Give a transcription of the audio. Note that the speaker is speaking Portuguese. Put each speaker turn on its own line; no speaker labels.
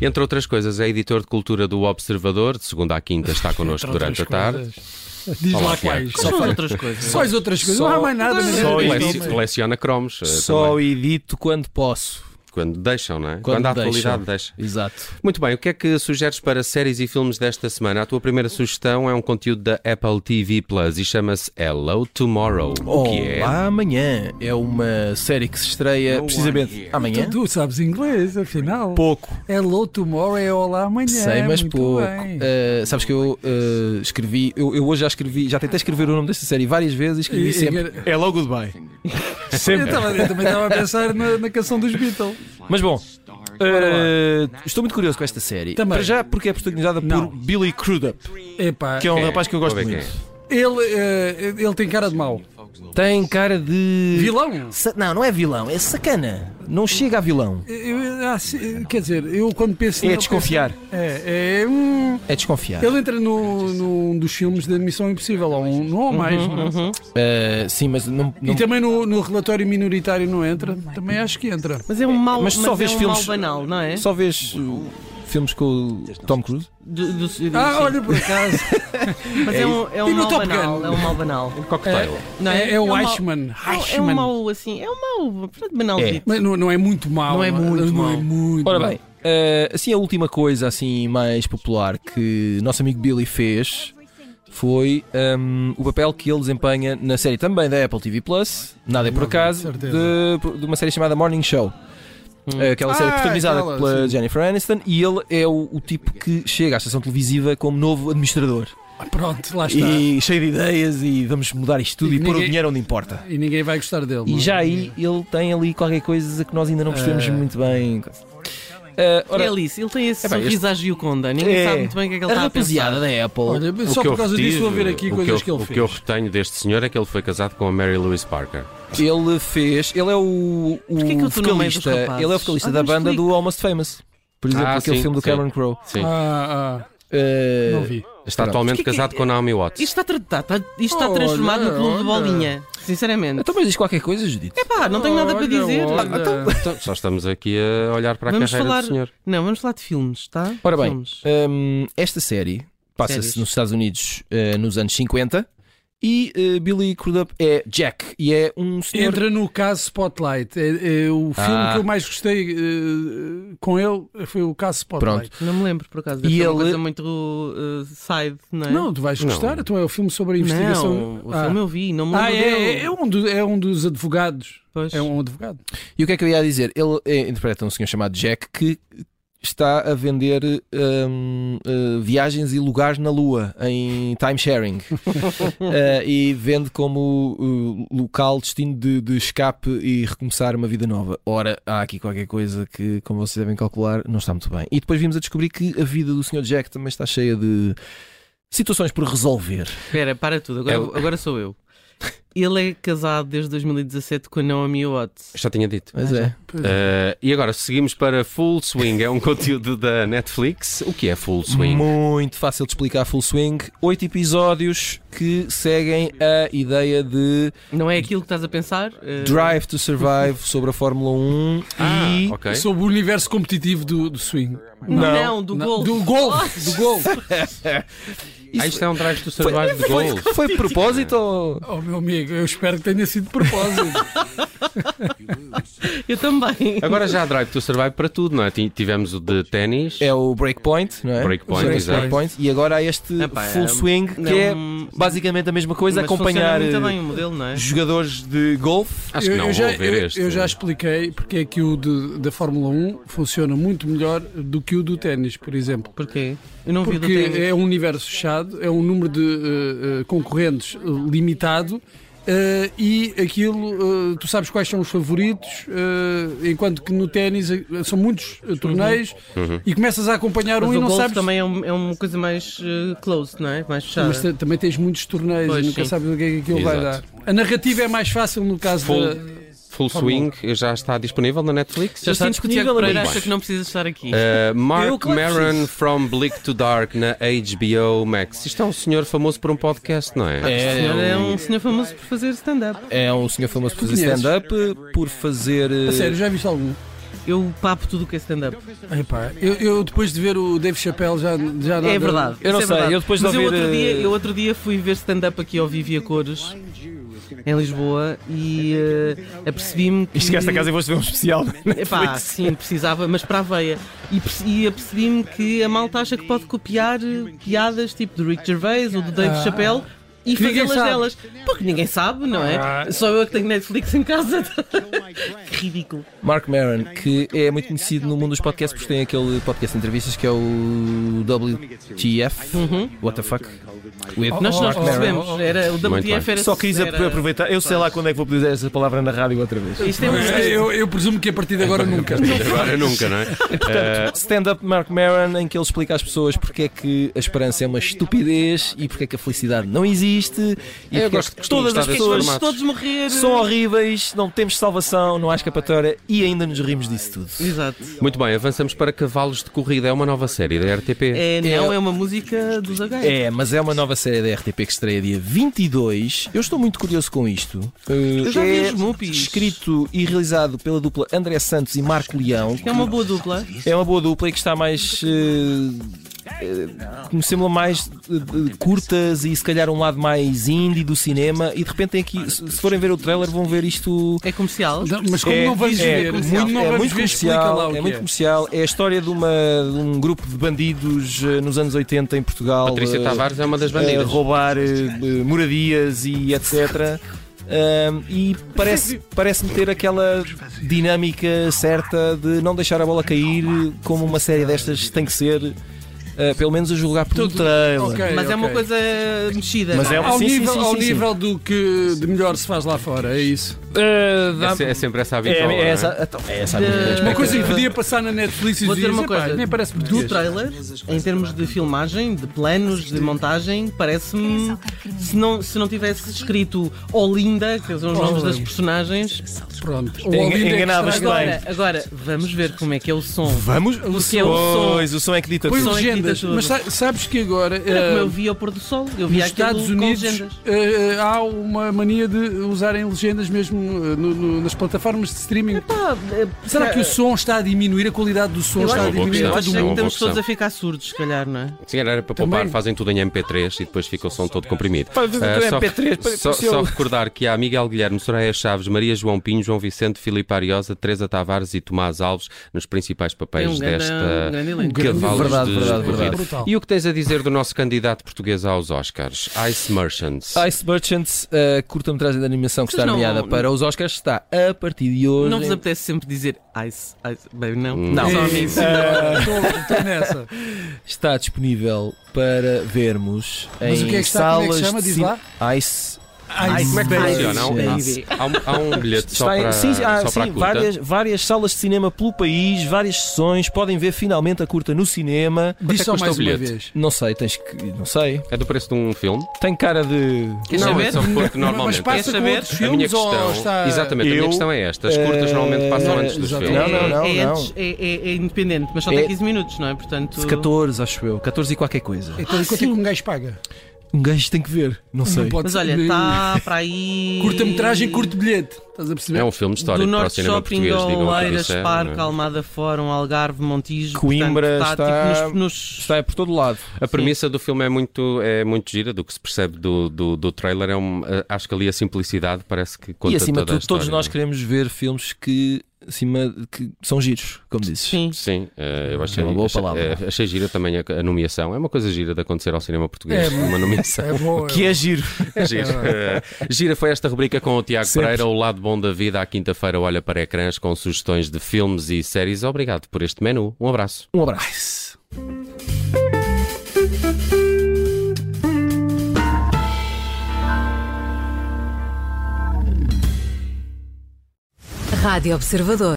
Entre outras coisas, é editor de cultura do Observador, de segunda à quinta está connosco durante a tarde.
Diz
Olá,
lá
Tiago.
quais.
Só faz outras coisas.
Só as outras coisas.
Só-
não há mais nada. mas-
Só
Cole-
edito.
coleciona cromos eh,
Só
também.
edito quando posso.
quando deixam, não é? Quando,
Quando
há
deixam.
atualidade, deixa.
Exato.
Muito bem, o que é que sugeres para séries e filmes desta semana? A tua primeira sugestão é um conteúdo da Apple TV Plus e chama-se Hello Tomorrow, que é
Olá, amanhã é uma série que se estreia precisamente amanhã.
Tu, tu sabes inglês, afinal.
Pouco.
Hello tomorrow é olá amanhã.
Sei, mas
Muito
pouco.
bem.
Ah, sabes que eu ah, escrevi, eu, eu hoje já escrevi, já tentei escrever o nome desta série várias vezes e escrevi
E-
sempre.
e-
É logo goodbye.
Eu,
Sempre.
tava- eu também estava a pensar na, na canção dos Beatles.
Mas bom, ah, estou muito curioso com esta série.
Também.
Para já, porque é protagonizada
Não.
por Billy Crudup,
Epá,
Que é um
Quem é?
rapaz que eu gosto
Vou ver
muito.
quem
um-
ele, eh, ele tem cara de mau.
tem cara de.
Vilão?
Sa- Não, não é vilão, é sacana. Não chega a vilão.
Eu- ah, se- quer dizer, eu quando penso
É
nele,
desconfiar.
penso- É, é, hum,
É desconfiar.
ele entra no, num dos filmes da Missão Impossível, ou um, não há mais.
Uhum,
não é?
Ah, sim, mas não.
E
não-
também no, no relatório minoritário não entra? Também acho que entra.
Mas é um mal,
Mas
mas
só vês
é um
filmes-
mal banal, não é?
Só vês uh, filmes com o Tom Cruise?
Do- do- do-
Ah,
sim.
olha por acaso.
Mas é um, é um
E no
mal
Top
banal,
Gun?
é um mal banal.
Cocktail.
Não
É, é o
um mal-
Eichmann.
Não, É um
Eichmann.
mal assim, é um mal banalzito.
Mas não, não é muito mau.
Não é muito
não é
mau.
muito
Ora
mau.
bem, eh, assim a última coisa assim mais popular que nosso amigo Billy fez foi ehm, o papel que ele desempenha na série também da Apple TV Plus, nada é por acaso, de, de uma série chamada Morning Show. Eh, Aquela série
Ah,
protagonizada
aquela,
pela
sim.
Jennifer Aniston e ele é o, o tipo que chega à estação televisiva como novo administrador
Ah, Pronto, lá está. E...
e cheio de ideias e vamos mudar isto tudo
E
e, pôr o
ninguém-
dinheiro onde importa.
ninguém vai gostar dele. não
E
é?
já aí ele tem ali qualquer coisa que nós ainda não percebemos
Ah.
muito bem. Eh, ora,
é Alice, ele tem esse
pá,
sorriso à Gioconda, ninguém
É.
sabe muito bem o que é que ele
a
está a
rapaziada
pensar.
da Apple.
Olha, mas
O
só
que eu
por causa
retiro-
disso vou ver aqui
o que
coisas
eu-
que ele
O
fez.
que eu retenho deste senhor é que ele foi casado com a Mary Louise Parker.
Ele fez. Ele é o, o
Porquê que eu tô no meio dos
vocalista.
rapazes?
Ele é o vocalista
Ah,
da
não
banda
explico.
do Almost Famous. Por exemplo,
Ah,
aquele
sim,
filme do
sim.
Cameron Crowe.
Sim.
Ah, ah,
Eh,
não vi.
Está
Pronto.
atualmente
Mas que que
casado
é-
com Naomi Watts.
Isto está, tra- está- está- isto está
Olha,
transformado no clube de
olha.
bolinha, sinceramente.
Então, mas diz qualquer coisa, Ah, Judito.
Epá, não tenho nada para
Olha,
dizer.
olha.
Então, só estamos aqui a olhar para a
Vamos
carreira
falar-
do senhor.
Não, vamos falar de filmes, tá?
Ora bem.
Filmes.
Hum, esta série passa-se
Séries.
nos Estados Unidos eh, nos anos 50 e eh, Billy Crudup é Jack e é um senhor.
Entra no caso Spotlight. É, é o filme
Ah.
que eu mais gostei eh, com ele foi o caso Spotlight.
Não me lembro, por acaso.
E
Deve ser
ele-
uma coisa muito uh, side, não é?
Não, tu vais
Não.
gostar, então é o filme sobre a investigação.
Não, o
Ah.
filme eu vi, não me lembro
Ah, é, é,
dele.
é um do- é um dos advogados.
Pois.
É um advogado.
E o que é que eu ia dizer? Ele eh, interpreta um senhor chamado Jack que está a vender hum, eh, viagens e lugares na Lua em timesharing Eh, e vende como eh, local destino de, de escape e recomeçar uma vida nova. Ora, há aqui qualquer coisa que, como vocês devem calcular, não está muito bem. E depois vimos a descobrir que a vida do senhor Jack também está cheia de situações por resolver.
Espera, para tudo, agora,
É o-
agora sou eu. Ele é casado desde 2017 com a Naomi Watts.
Já tinha dito.
Mas é.
Eh, e agora seguimos para Full Swing, é um conteúdo da Netflix. O que é Full Swing?
Muito fácil de explicar Full Swing. Oito episódios que seguem a ideia de
Não é aquilo que estás a pensar? Eh,
Drive to Survive sobre a Fórmula 1 e.
Ah, ok.
Sobre o universo competitivo do, do swing.
Não, do
Não,
Golf.
Do golfe. Oh. Do golfe.
Ah, isto é um drive do survival de gol.
Foi de propósito ou.
Oh, meu amigo, eu espero que tenha sido de propósito.
Eu também.
Agora já há drive to survive para tudo, não é? Ti- Tivemos o de ténis,
É o Breakpoint, não é?
Breakpoint,
Break-
exato.
Breakpoint. E agora há este
Epá,
Full
é-
Swing
não- hum,
que é basicamente a mesma coisa,
Mas
acompanhar
funciona muito
eh,
bem o modelo, não é?
jogadores de golfe.
acho que não,
já,
vou ver
eu-
este.
eu já expliquei porque é que o de- da Fórmula 1 funciona muito melhor do que o do ténis, por exemplo.
Porquê? Eu não vi o do
Porque
ténis.
é um universo fechado, é um número de eh, eh, concorrentes eh, limitado eh, e aquilo, eh, tu sabes quais são os favoritos, eh, enquanto que no ténis eh, são muitos eh, torneios e começas a acompanhar
Uhum. Mas
um e
o
não
golfe
sabes.
também é, um- é uma coisa mais eh, close, não é? Mais fechada.
Mas te- também tens muitos torneios
Pois,
e nunca
sim.
sabes o que é que aquilo vai dar.
Exato.
A narrativa é mais fácil no caso
Full-
da.
Full Swing já está disponível na Netflix.
Já sinto que o Tiago
disponível,
Pereira
amigo.
acha que não precisa estar aqui.
Eh,
Eu,
Mark
claro que
Maron
preciso.
from Bleak to Dark na HBO Max. Isto é um senhor famoso por um podcast, não é?
O senhor
É,
é um senhor famoso por fazer stand-up.
é um senhor famoso por fazer stand-up, por fazer. eh,
A sério, já viste algum?
eu papo tudo o que é stand-up.
Epá, eu, eu depois de ver o Dave Chappelle já, já
É verdade.
Eu não
isso
sei,
é verdade.
eu depois de
Mas eu
ouvir,
outro, dia,
eh,
eu outro dia fui ver stand-up aqui ao Vivi a Cores, em Lisboa, e eh, apercebi-me que.
E chegaste a casa e foste ver um especial.
Epá, sim, precisava, mas para a veia. E, perce- e apercebi-me que a malta acha que pode copiar eh, piadas tipo do Rick Gervais ou do Dave
Ah.
Chappelle e
Que ninguém
fazê-las
sabe.
delas. Porque ninguém sabe, não é?
Ah.
Só eu que tenho Netflix em casa. que ridículo.
Mark Maron, que é muito conhecido no mundo dos podcasts, porque tem aquele podcast de entrevistas que é o WTF.
Uhum.
What the fuck? Oh, With
Uhum. Nós, nós
Oh,
Mark Maron.
percebemos, era, o WTF era
Só quis
era-
aproveitar. Eu sei lá quando é que vou poder dizer essa palavra na rádio outra vez.
Isto é um-
Eu, eu presumo que a partir de
É
agora nunca.
Agora nunca, não é?
Portanto, stand-up Mark Maron, em que ele explica às pessoas porque é que a esperança é uma estupidez e porque é que a felicidade não existe e
Eu
porque
gosto-
é que todas
gostava
as
desse
pessoas
formato.
Se todos morrer.
são horríveis, não temos salvação, não há escapatória e ainda nos rimos disso tudo.
Exato.
Muito bem, avançamos para Cavalos de Corrida. É uma nova série da RTP.
É, não, é uma música dos H.
É, mas é uma nova série da RTP que estreia dia 22. Eu estou muito curioso com isto. Eu
já vi
é
os Mupis.
Escrito e realizado pela dupla André Santos e Marco Leão.
É uma boa dupla.
É uma boa dupla e que está mais. Uh, sembla mais eh, eh, curtas e se calhar um lado mais indie do cinema. E de repente tem aqui. Se se forem ver o trailer, vão ver isto.
É comercial.
Não, Mas como
É-
não vamos
é
ver,
comercial.
muito não
é
vamos
muito
ver, explica lá
comercial,
o que
é muito comercial. É a história de, uma, de um grupo de bandidos eh, nos anos 80 em Portugal.
Patrícia
eh,
Tavares é uma das
a
bandidas.
roubar eh, eh, moradias e etc. Ahm, e parece- parece-me ter aquela dinâmica certa de não deixar a bola cair, como uma série destas tem que ser, eh, pelo menos a julgar pelo
Tudo-
trailer.
Ok,
Mas é uma
ok.
coisa mexida.
Mas é
um
uma-
Ao
Sim, sim,
nível,
sim,
ao
sim, sim.
nível do que de melhor se faz lá fora, é isso.
Eh, dá-
É, se- é sempre essa a
É,
habitual.
é
não é?
essa-
Então, é essa a
De-
minha expectativa.
Uma coisa que podia passar na Netflix e
Vou dizer
dizer,
uma
"Epá,
coisa.
nem parece
Do
português.
trailer, em termos de filmagem, de planos, de montagem, parece-me. Se não, se não tivesse escrito Olinda, que são os nomes das personagens.
Pronto. O
Eng-
Olinda é que
enganavas-te
estraga.
bem.
Agora, agora, vamos ver como é que é o som.
Vamos?
Porque é o som.
Pois, o som é que dita
Põe
tudo.
São
legendas.
equipas
Mas sa- sabes que agora
Era como
eh,
eu vi ao pôr do sol. Eu vi
nos
aquilo
Estados
com
Unidos
legendas.
eh, há uma mania de usarem legendas mesmo eh, no- no- nas plataformas de streaming.
Pá, eh,
Será que o som está a diminuir? A qualidade do som
Eu
está
acho
a
que-
diminuir?
questão.
Eu
Não,
acho que
não, boa
estamos
questão.
todos a ficar surdos, se calhar, não é?
Se calhar era para poupar,
Também.
fazem tudo em MP3 e depois fica o som todo comprimido.
Faz tudo
Ah,
em
só-
MP3,
só,
pareceu-
só recordar que há Miguel Guilherme, Soraya Chaves, Maria João Pinho, João Vicente, Filipe Ariosa, Teresa Tavares e Tomás Alves nos principais
É
papéis
um grande, um
desta
grande elenco.
grande-
Cavalos
Verdade,
de
verdade,
Corrida.
verdade. Brutal.
E o que tens a dizer do nosso candidato português aos Oscars, Ice Merchants?
Ice Merchants, a curta-metragem de animação que
Vocês
está
não-
nomeada para os Oscars, está a partir de hoje.
Não vos
em-
apetece sempre dizer ice, ice. Bem, não.
Não.
Só a mim.
Eh,
Estou É, nessa.
está disponível para vermos em
Mas o que é que está? Como é que
salas
chama?
de
Diz
cine- Ice.
Ai,
Como é que
Ice É,
funciona? Há um,
Baby.
há um- há um bilhete só
Está em-
para,
sim, ah,
só
sim,
para a curta.
várias, várias salas de cinema pelo país, várias sessões, podem ver finalmente a curta no cinema.
Diz
é que
só
custa
mais
o
uma
bilhete?
vez.
Não sei, tens que. Não sei.
É do preço de um filme?
Tem cara de.
Queres
não,
saber?
é só porque
Mas
normalmente.
passa
Queres
com
saber?
outros
a minha
filmes
questão,
ou está...
exatamente, a minha
Eu-
questão é esta. As curtas normalmente passam
Eh,
antes dos
exatamente.
filmes.
Não, não, não,
é,
não.
antes- é- é- é independente, mas só
É-
tem 15 minutos, não é? Portanto,
de 14, acho eu. 14 e qualquer coisa.
Então, e quanto é que um gajo paga?
Um gajo tem que ver. Não sei.
Não pode
mas
ser-
olha,
tá
está para aí.
Curta-metragem, curto bilhete. Estás a
É
perceber?
um filme histórico
Do
para o
Norte
cinema
Shopping,
português, digam o que
Oeiras,
disseram,
Parque,
não é?
Almada Fórum, Algarve, Montijo.
Coimbra
portanto,
está-
tipo nos. nos...
Está por todo lado.
A premissa do filme é muito, é muito gira, do que se percebe do, do, do trailer. É um, eh, acho que ali a simplicidade parece que conta
e
toda
acima de
a
tudo, todos
história,
nós
não é?
queremos ver filmes que, acima, que são giros, como dizes.
Sim.
Sim, eh, eu achei,
É uma boa
achei-
palavra.
eh, achei gira também a, a nomeação. É uma coisa gira de acontecer ao cinema português.
É,
uma nomeação.
É bom.
Que é giro.
Giro. Eh, Gira foi esta rubrica com o Tiago
Sempre.
Pereira, O Lado Bom da Vida, à quinta-feira, olha para ecrãs com sugestões de filmes e séries. Obrigado por este menu. Um abraço.
Um abraço.
Rádio Observador.